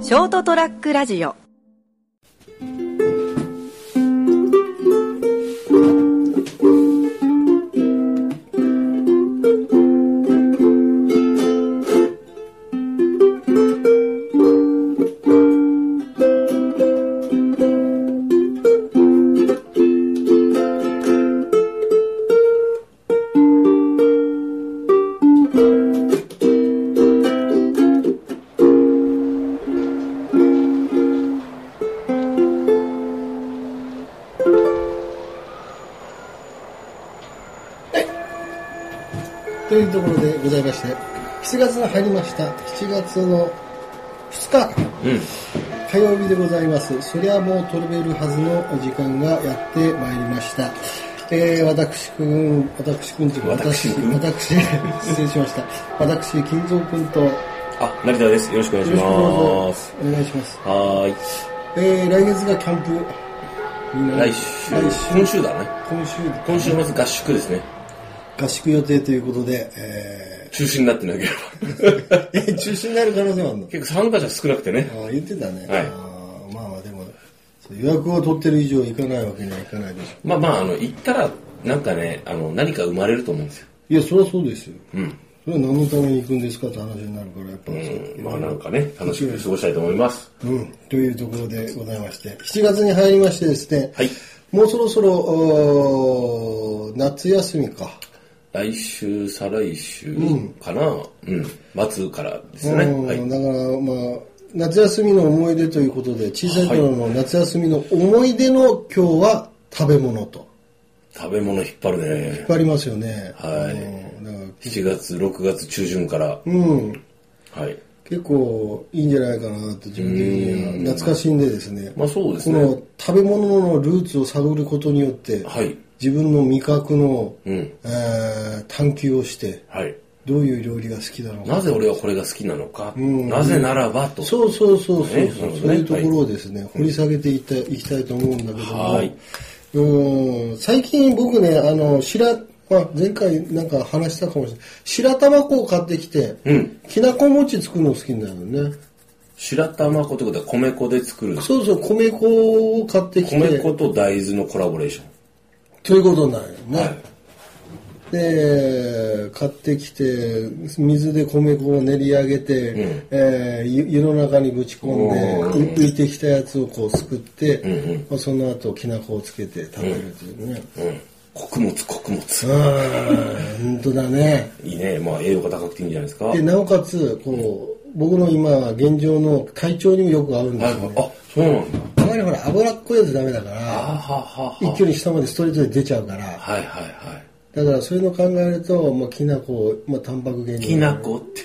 ショートトラックラジオというところでございまして7月が入りました7月の2日うん。火曜日でございますそりゃもう取れるはずのお時間がやってまいりましたえー、私くん、私くんというか、私、私くん私、失礼しました。私、金蔵くんと、よあ、成田です。よろしくおろ願しいしくどまうぞす。お願いします。はーい。えー、来月がキャンプ、みんな来週、来週、今週だね。今週、今週まず合宿ですね。合宿予定ということで、え中止になってなければ。 ー、え、中止になる可能性もあるの結構参加者少なくてね。ああ言ってたね、はいああまあまあでもそう予約を取ってる以上行かないわけにはいかないでしょまあまあ、あの、行ったら、なんかね、あの、何か生まれると思うんですよ。いやそれはそうですようん。それは何のために行くんですかって話になるからやっぱそううんまあなんかね、楽しく過ごしたいと思います。うん、というところでございまして7月に入りましてですね、はいもうそろそろおー夏休みか、来週、再来週かな、うん、末からですね。うんはい。だからまあ夏休みの思い出ということで小さい頃の夏休みの思い出の今日は食べ物と食べ物引っ張る引ねっ。張りますよねはいうんだから7月、6月中旬から。うんはい。結構いいんじゃないかなと自分的には懐かしんでですね、まあそうですこね。の食べ物のルーツを探ることによって、はい。自分の味覚の、うん。えー探求をしてはい。どういう料理が好きだろうなかぜ俺はこれが好きなのか、んなぜならばと。そうそうそうそう、ねそうなるほどねそういうところをですね、掘り下げていったいきたいと思うんだけども、はいうん最近僕ねあの白、まあ、前回なんか話したかもしれない白玉粉を買ってきて、うんきなこ餅作るの好きになるのね白玉粉ってことは米粉で作る。そうそう、米粉を買ってきて、米粉と大豆のコラボレーシということになるよョン。ね。はい。で、買ってきて、水で米粉を練り上げて、うんえー湯湯の中にぶち込おんーで、う浮いてきたやつをこうすくって、うんうんまあその後、きな粉をつけて食べるというね。うん。穀物、穀う物。ーん、本当だね。いいね。まあ栄養価高くていいんじゃないですか。はで、い。なおかつ、こう、僕の今、現状の体調にもよく合うんですよ、ね。あ、そうなんだ。あまりほら、脂っこいやつダメだかあはら、はは。一挙に下までストレートで出ちゃうから、はいはいはだからそういうのを考えると、まあ、きなこ、まあ、タンパク源い。にきなこって。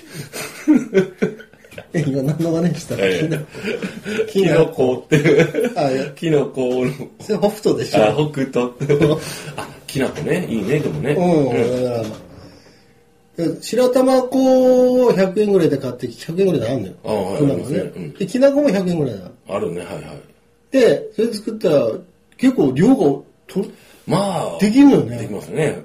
え今何の真似したえ きなこえきなこって。あいや きなこの。それ北斗でしあ、ょ北斗。 あ、きなこね。いいね、でもね。うんだから白玉粉を100円ぐらいで買ってき100円ぐらいであるのよあはい粉がありますねうんできなこも100円ぐらいだあるね、はいはい。でそれで作ったら結構量がとまあ。できるのよねできますね。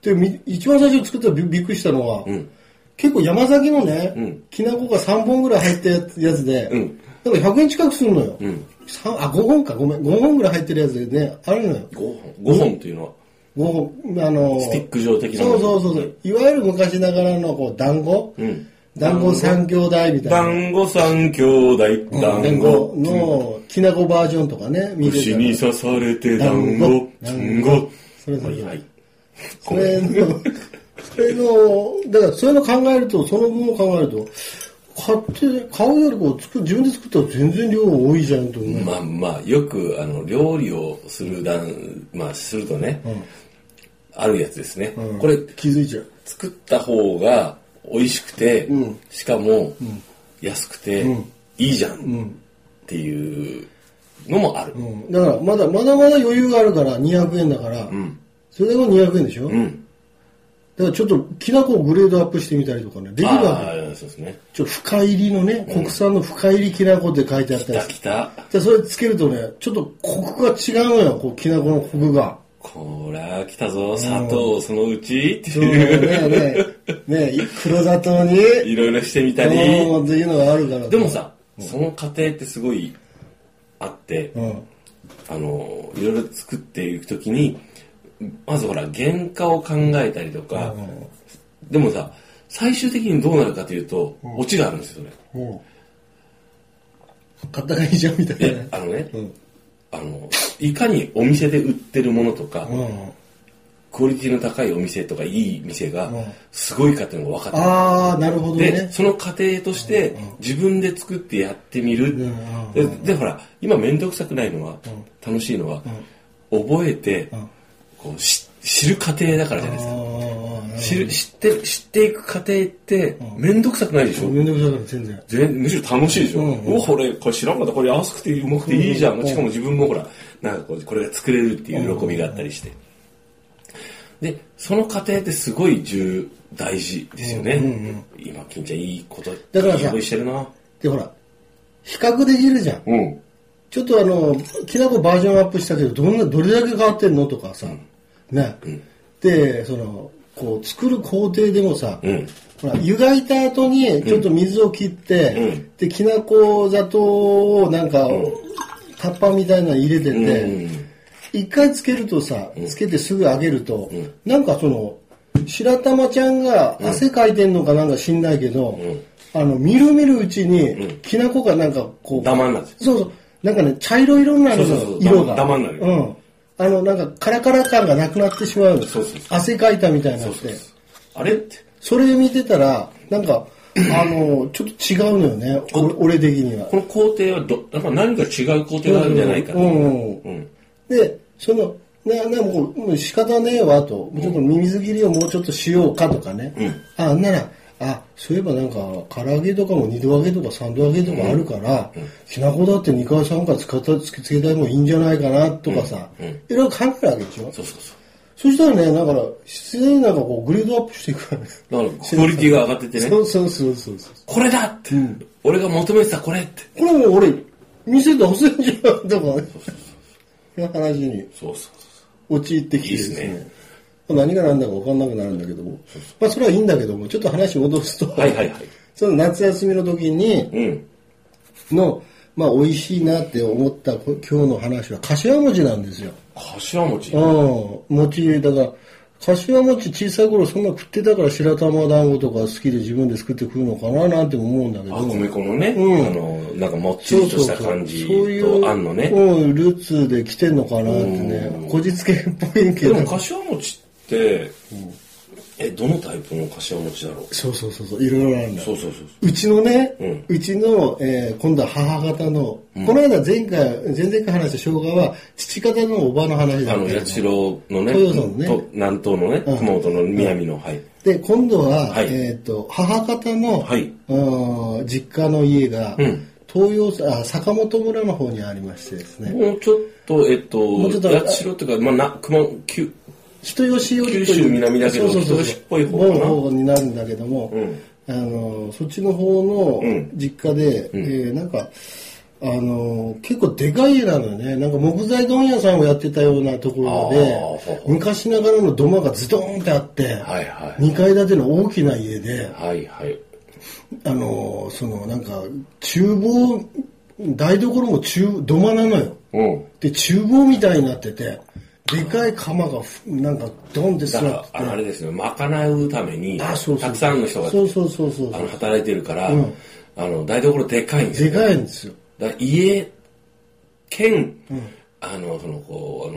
でみ一番最初に作ったらびびっくりしたのは、うん。結構山崎のね、うんきなこが3本ぐらい入ったやつやつで、うんなんか100円近くするのよ、うん。さんあ、5本か、ごめん、5本ぐらい入ってるやつでね、あるのよ。 5本。5本というのは。 5本、あのー、スティック状的なそものうそうそうそう。いわゆる昔ながらの、こう、団子、うん。団子三兄弟みたいな。団子三兄弟、団子。の、きなこバージョンとかね、見て牛たにら。刺されて団子、団団子。それそれはい。それの、それの、だからそういうの考えると、その分を考えると、買って、買うよりこう、作る自分で作ったら全然量多いじゃんと思う。まあまあ、よく、あの、料理をする団、まあ、するとね、あるやつですね。うんこれ、気づいちゃう。作った方が美味しくてうん、しかも、安くてうん、いいじゃんんっていうのもある。うんだから、まだ、まだまだ余裕があるから、200円だから、んそれでも200円でしょ、うん。だからちょっときな粉をグレードアップしてみたりとかね、できるわあけ。あ、そうですね。ちょっと深入りのね、国産の深入りきな粉って書いてあったきりたしてきた。でそれつけるとね、ちょっとコクが違うのよ、こうきな粉のコクが。こら、来たぞ、砂糖、そのうち、ってそういう。ね、ね、ね、黒砂糖に、いろいろしてみたり。そうっていうのがあるから。でもさ、その過程ってすごいあって、うん。あの、いろいろ作っていくときに、まずほら、原価を考えたりとか、でもさ、最終的にどうなるかというと、オチがあるんですよね。もう、買ったらいいじゃんみたいでな、。あのね、うん。あの、いかにお店で売ってるものとか、うん。クオリティの高いお店とかいい店がうん、すごいかっていうのが分かってああ、なるほどる。で、ね。その過程として、自分で作ってやってみるうんうん。で、でほら、今めんどくさくないのは、楽しいのは、覚えてん、こう、し知る過程だからじゃないですかあ。あ、知る知って知っていく過程って面倒くさくないでしょ、めんどくさいから全然。全むしろ楽しいでしょ、ううんうんおこれこれ知らんかったこれ安くてうまくていいじゃん、しかも自分もほらなんかこうこれが作れるっていう喜びがあったりして、でその過程ってすごい重大事ですよね、今金ちゃんいいことだからさいい思いしてるなで、ほら、比較できるじゃん。うんちょっとあの、きなこバージョンアップしたけど、どんな、どれだけ変わってんのとかさ、ね、で、その、こう、作る工程でもさ、うんほら、湯がいた後に、ちょっと水を切って、うんで、きなこ砂糖をなんか、タッパーみたいなの入れてうんて、一回つけるとさ、つけてすぐ揚げると、なんかその、白玉ちゃんが汗かいてんのかなんか知んないけど、んあの、みるみるうちに、きなこがなんかこう、ダマになっちゃそうそう。なんかね、茶色色になるそうのそうそ、う色が。ダマダマになうるん。あの、なんか、カラカラ感がなくなってしまうの。そうそうそ汗かいたみたいになうっそうてそう。あれってそれ見てたら、なんか、あの、ちょっと違うのよね、俺俺的には。この工程はどなんか何か違う工程があるんじゃないかうんねうんうんで、その、な、な、もう、もう仕方ねえわと、ちょっとミミズ切りをもうちょっとしようかとかね。あ、なら、あ、そういえばなんか、唐揚げとかも二度揚げとか三度揚げとかあるから、きな粉だって二回三回使った、つけつけたいもいいんじゃないかなとかさ、いろいろ考えるわけでしょ。そうそうそうそしたらね、だから、自然になんかこう、グレードアップしていくからね。だからクオリティが上がっててねそうそうそうそうそう。これだって、俺が求めてたこれってこれもう俺、店出せんじゃんとかね。いう話に。そうそう陥ってきてですいいね。っす何が何だか分かんなくなるんだけども、まあそれはいいんだけども、ちょっと話戻すと、はいはいはいその夏休みの時に、うんの、まあ美味しいなって思ったこ今日の話は柏餅なんですよ。柏餅うん、餅、だから、柏餅小さい頃そんな食ってたから白玉団子とか好きで自分で作って食うのかななんても思うんだけど。あ米粉のね、うんあのなんかもっちりとした感じそういうとあんのねうん、ルーツで来てんのかなってね、こじつけっぽいけでど。も柏餅って、えどのタイプの柏餅だろうそうそうそうそう、いろいろあるんだよそうそうそううちのね、ううんちの、えー今度は母方の、この間前回、前々回話した生姜は、父方のおばの話だあったのの八代の豊ね洲のねと南東のねうん熊本の南の、はいで、今度は、はいえっ、と、母方の、はいうん実家の家が、うん東洋、あ、坂本村の方にありましてですね、もうちょっとえっとうちょっと八代っていうか、まあ、な熊九人吉寄りという九州南だけどそうそうそう人吉っぽい方かなの方になるんだけども、うんあのそっちの方うのん実家で、えーなんかあの結構でかい家なのよねなんか木材問屋さんをやってたようなところあーほうでほう昔ながらの土間がズドーンってあって、はいはい2階建ての大きな家ではいはいあのそのなんか厨房台所も中土間なのようんで厨房みたいになっててでかい釜がふなんかドンって座だっかてらあのあれですね賄うためにあそうそうたくさんの人がそうそうそうそうあの働いてるから、うんあの台所でかいんですよ、でかいんですよだから家兼、あのそのこうあ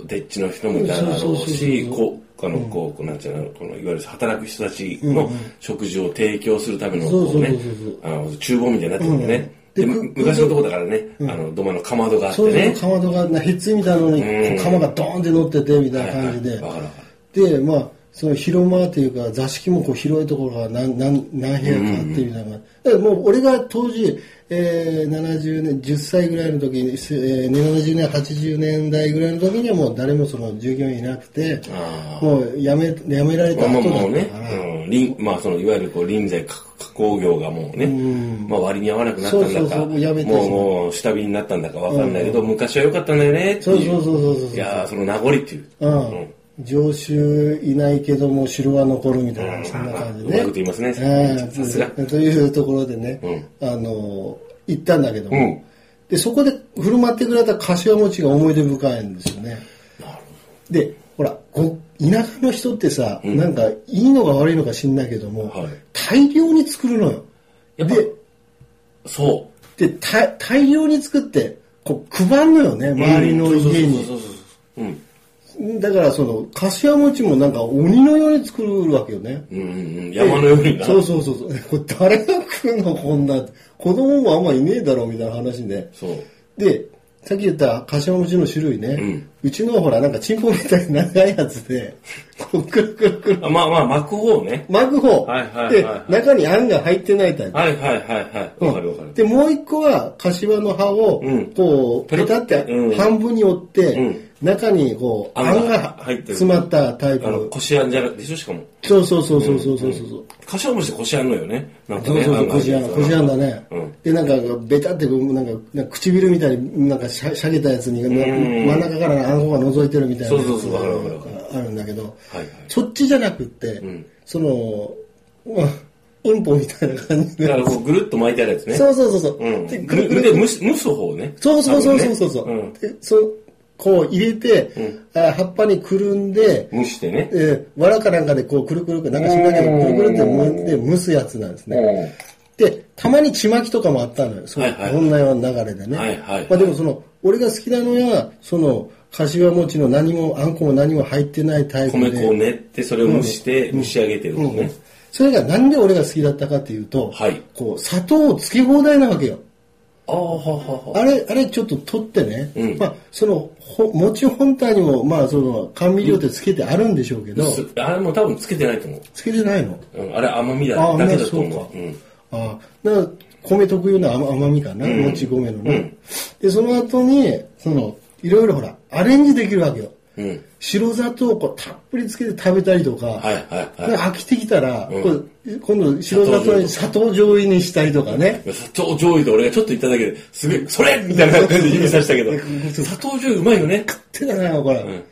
のデッチの人もいただそろううそうそうしそうこうあのこうなんていうのこのいわゆる働く人たちの食事を提供するためのそうこうねそうそうそうあの厨房みたいになってるんでね、うんででむく昔のとこだからね、あの土間のかまどがあってそうねですね、かまどがな、へっつみたいなのに、うん釜がドーンって乗ってて、みたいな感じで。はいはいわかで、まあ、その広間というか、座敷もこう広いところが何何何部屋かあってみたいな。だからもう俺が当時、えー、70年、10歳ぐらいの時に、すえー、70年、80年代ぐらいの時にはもう誰もその従業員いなくてあ、もう辞め、辞められたまあ、後だっもうたねから、、うん林まあ、そのいわゆるこう臨済加工業がもうね、まあ、割に合わなくなったんだかそうそうそうもうやめたしねもうもう下火になったんだかわかんないけど、昔は良かったんだよねっていそうそうそうそうそうそうやーその名残っていう、うんうん上州いないけども城は残るみたいな、そんな感じうまね。いこと言いますねええさすがというところでね、あの、行ったんだけども、うんで、そこで振る舞ってくれた柏餅が思い出深いんですよね。で、ほら、こう田舎の人ってさ、なんかいいのか悪いのか知んないけども、はい大量に作るのよ。やっぱでそで大大量に作ってこう配るのよねう。周りの家うんそうにそうそうそうそう。うん。だからその柏餅もなんか鬼のように作るわけよねうんうんうん。山のようにな。そうそうそうそうこれ誰が食うのこんな子供もあんまいねえだろうみたいな話でそう。でさっき言った柏餅の種類ね、うちのはほらなんかチンポみたいな長いやつでこうくるくるくるあまあまあ、巻く方ね。巻く方、はいはいはいはいで中にあんが入ってないタイプはいはいはいはい。わかるわかる。で、もう一個は、柏の葉をうん、こう、ペペロッタってうん半分に折って、うん中にこう、あんあがんが入ってる詰まったタイプあの、の。こしあんじゃなくて、でしょしかも。そうそうそうそうそうそうそう。かしわ餅でこしあんのよね。なんかそうね、そうそう、んがこじあん、こじあんだねうん。で、なんか、ベタってこう、なんか、なんか唇みたいに、なんかしゃ、しゃげたやつに、な真ん中からあんこが覗いてるみたいなやつが。そうそうそうわかるわかるわかあるんだけどはいはい、そっちじゃなくってん、その、まあ、インポみたいな感じだかで。らこうぐるっと巻いてあるやつね。そうそうそうそう。うん。でで、ぐるぐる蒸す、蒸す方ね。そうそうそうそうそう多そう、分ねでそうこう入れて、あ葉っぱにくるんで、うん。蒸してね。えー、藁かなんかでこうくるくるくるなんかしんだけどうんくるくるってむで蒸すやつなんですね、でたまにちまきとかもあったのよそう、はいはい本来は流れでね、はいはいはいまあ、でもその俺が好きなのはその柏餅の何もあんこも何も入ってないタイプ米で粉を練って、それを蒸して、蒸し上げてるのね。それがなんで俺が好きだったかっていうと、はいこう砂糖をつけ放題なわけよああ、ははは。あれ、あれちょっと取ってね、うんまあ、その、ほ餅本体にも、まあ、その、甘味料ってつけてあるんでしょうけど、すあれも多分つけてないと思う。つけてないのうん、あれ甘みだああだけまあだとそう思かう。うん。ああ、だから、米特有の甘甘みかな、もち米のね、で、その後に、その、いろいろほら、アレンジできるわけよ。うん。白砂糖をこうたっぷりつけて食べたりとか、はいはいはいで飽きてきたら、んこう今度白砂糖に砂糖醤油にしたりとかね。砂糖醤油で俺がちょっと言っただけで、すごい、それみたいな感じで指さしたけど、砂糖醤油うまいよね。食ってたな、これ。ん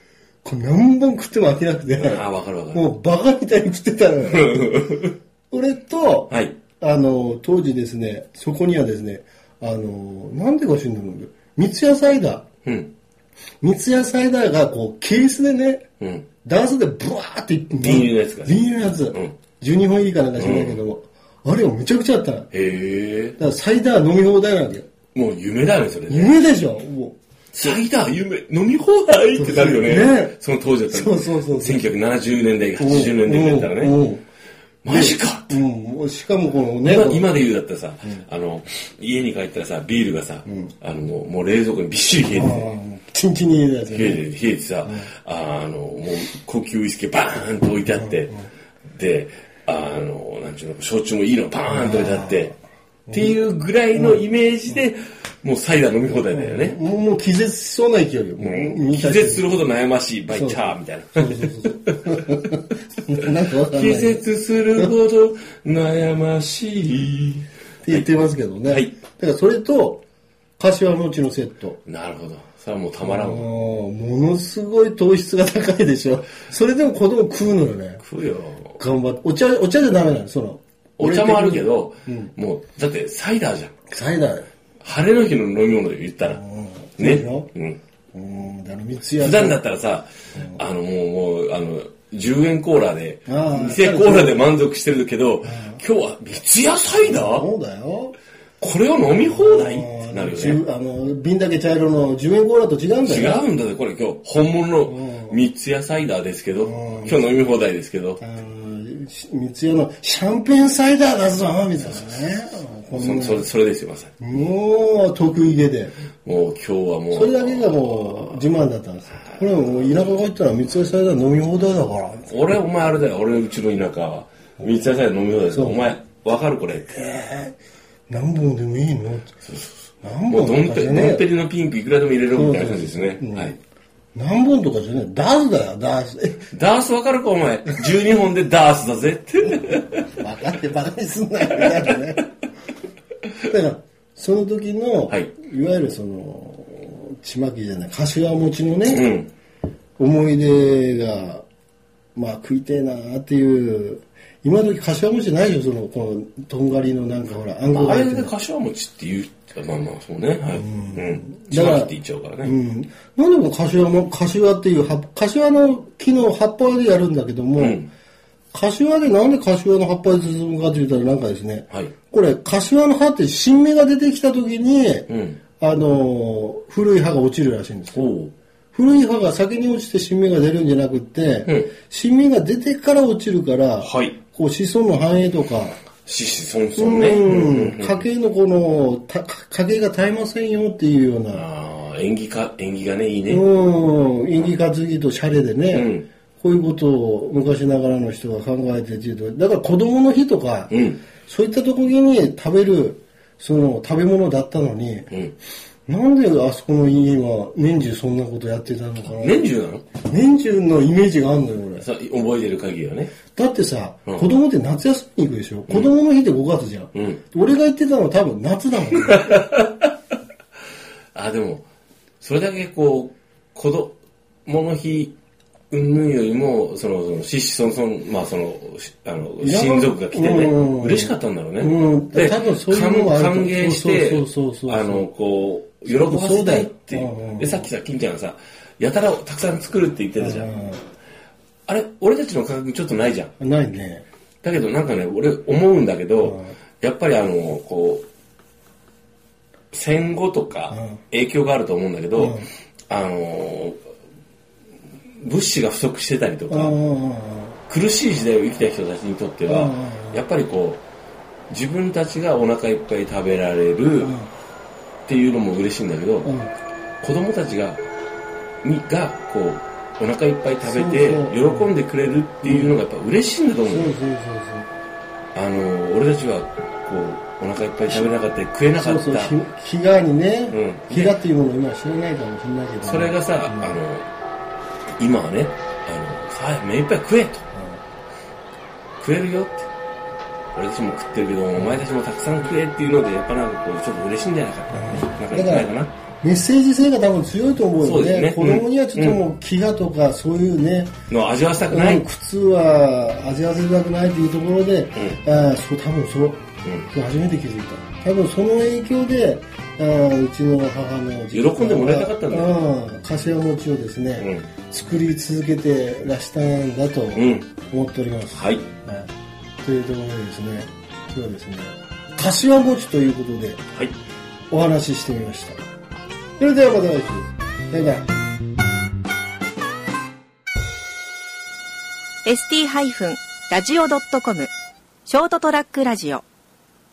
これ何本食っても飽きなくて。ああ、わかるわかる。もうバカみたいに食ってたのよ。俺と、はい。あの、当時ですね、そこにはですね、あの、なんでか知んないんだけど、三ツ矢サイダー。うん。三ツ矢サイダーがこう、ケースでね、うん。ダンスでブワーって瓶瓶のやつが瓶のやつ。ん12本いいかなんか知らないけども、あれがめちゃくちゃあったの。だかへえ。らサイダー飲み放題なんだよ。もう夢だよね、それね。夢でしょもサイダー夢、飲み放題ってなるよね。ねその当時だったら。そうそうそう1970年代、う。 80年代だったらうんね。。マジかうんうんもうしかもこのね、今今で言うだったらさ、あの、家に帰ったらさ、ビールがさ、あの、もう冷蔵庫にびっしり冷えてあて、ーチンチンに入れたやつね冷えて冷えてさ、あの、もう高級ウイスキーバーンと置いてあって、で、あの、なんちゅうの、焼酎もいいのバーンと置いてあって、っていうぐらいのイメージで、もうサイダー飲み放題だよね。もうもう気絶しそうな勢いよ。もう見気た絶するほど悩ましい、バイチャーみたいな。人 なんかわかんない。季って節するほど悩ましい。言ってますけどね。はいだからそれと、柏餅のセット。なるほど。それはもうたまらあーん。ものすごい糖質が高いでしょ。それでも子供食うのよね。食うよ。頑張って。お茶、お茶じゃダメなのその。お茶もあるけど。ど、もう、だってサイダーじゃん。サイダーだよ。晴れの日の飲み物で言ったら。ね。そううん。うん、だから三ツ矢普サイ段ダだー。ったらさ、あの、もう、もう、あの、10円コーラで、あー2000コーラで満足してるけど、今日は三ツ矢サイダーそうだよ。これを飲み放題ってなるよね。十あの、瓶だけ茶色の10円コーラと違うんだ違よ。うんだぜ、これ今日、本物の三ツ矢サイダーですけど、今日飲み放題ですけどあ、ーし三ツ矢のシャンペンサイダーだぞ、みたいなね。こんそそれそれですよ、まさなもう、得意げで。に。もう今日はもう、それだけがもう自慢だったんですよ。これはもう田舎帰ったら三ツ矢サイダー飲み放題だから。俺、お前あれだよ、俺のうちの田舎は、三ツ矢サイダー飲み放題ですお前、わかるこれって。何本でもいいのって何も本うどんとかぺじり、ゃどんねぺえ。りのピンクいくらでも入れるみたいな感じですね。はい。何本とかじゃねえ。ダースだよ、ダース。えダースわかるか、お前。12本でダースだぜって。バカってバカにすんなよ、みたいなね。だから、その時の、はいいわゆるその、ちまきじゃない、柏餅のね、うん。思い出が、まあ食いてえなーっていう、今時柏餅ないでしょ、その、この、とんがりのなんかほら、暗ま号あ、があ入れってでる。柏餅って言うって、まあまあ、そうね。はい。うん。だから柏って言っちゃうからね。うん。なんでも柏も、柏っていう葉、柏の木の葉っぱでやるんだけども、ん柏でなんで柏の葉っぱで包むかって言ったらなんかですね、はいこれ、柏の葉って新芽が出てきた時に、んあの、古い葉が落ちるらしいんですよおう古い葉が先に落ちて新芽が出るんじゃなくって、うん新芽が出てから落ちるから、はいこう子孫の繁栄とか、ししそんそんね。うんうん家計のこのた家計が絶えませんよっていうような、ああ、縁起か、縁起がね、いいね。うん、縁起担ぎとシャレでね、うんこういうことを昔ながらの人が考えてっていうと、だから子供の日とか、うんそういった時に食べる、その食べ物だったのに、うん。なんであそこの家は年中そんなことやってたのかな。年中なの年中のイメージがあるのよ、俺。さ覚えてる限りはね。だってさ、うん子供って夏休みに行くでしょ子供の日って5月じゃん。うん俺が言ってたのは多分夏 だもん、ね。あ、でも、それだけこう、子供の日、うんぬんよりも、その、その、ししそんそん、まあ、その、しあの、いや親族が来てねうん、嬉しかったんだろうね。うんで、多分そういう歓のがあると歓迎してそうそうそうそうそう、あの、こう、喜ばせたいってそうだようんういんう。で、さっきさ、金ちゃんがさ、やたらたくさん作るって言ってたじゃん。あれ、俺たちの感覚ちょっとないじゃん。うんないね。だけどなんかね、俺思うんだけど、うんやっぱりあの、こう、戦後とかうん影響があると思うんだけど、うんあの、物資が不足してたりとああか、苦しい時代を生きた人たちにとっては、やっぱりこう、自分たちがお腹いっぱい食べられるっていうのも嬉しいんだけど、うん子供たちが、にが、こう、お腹いっぱい食べてそうそう喜んでくれるっていうのがやっぱ嬉しいんだと思うそんうだよそうそうあの俺たちはこうお腹いっぱい食べなかったり食えなかそっう。たそそうそう、ひ飢餓にね、うん飢餓っていうものを今は知らないかもしれないけど、れがさ、うんあの今はねあのさ目いっぱい食えと食えるよって俺たちも食ってるけどお前たちもたくさん食えっていうのでやっぱなんかこうちょっと嬉しいんじゃないかななんかいいんじゃないかなメッセージ性が多分強いと思うそようね。ですね子供にはちょっともう飢餓とかそういうね、の味わわせたくない、うん苦痛は味わわせたくないというところで、ああそう多分そう、初めて気づいた多分その影響でああうちの母の実家は喜んでもらいたかったんだうん柏餅をですね、作り続けてらしたんだとうんうん思っております、はいはいというところでですね今日はですね柏餅ということではいお話ししてみましたそれではまた来週バイバイ ST-radio.com ショートトラックラジオ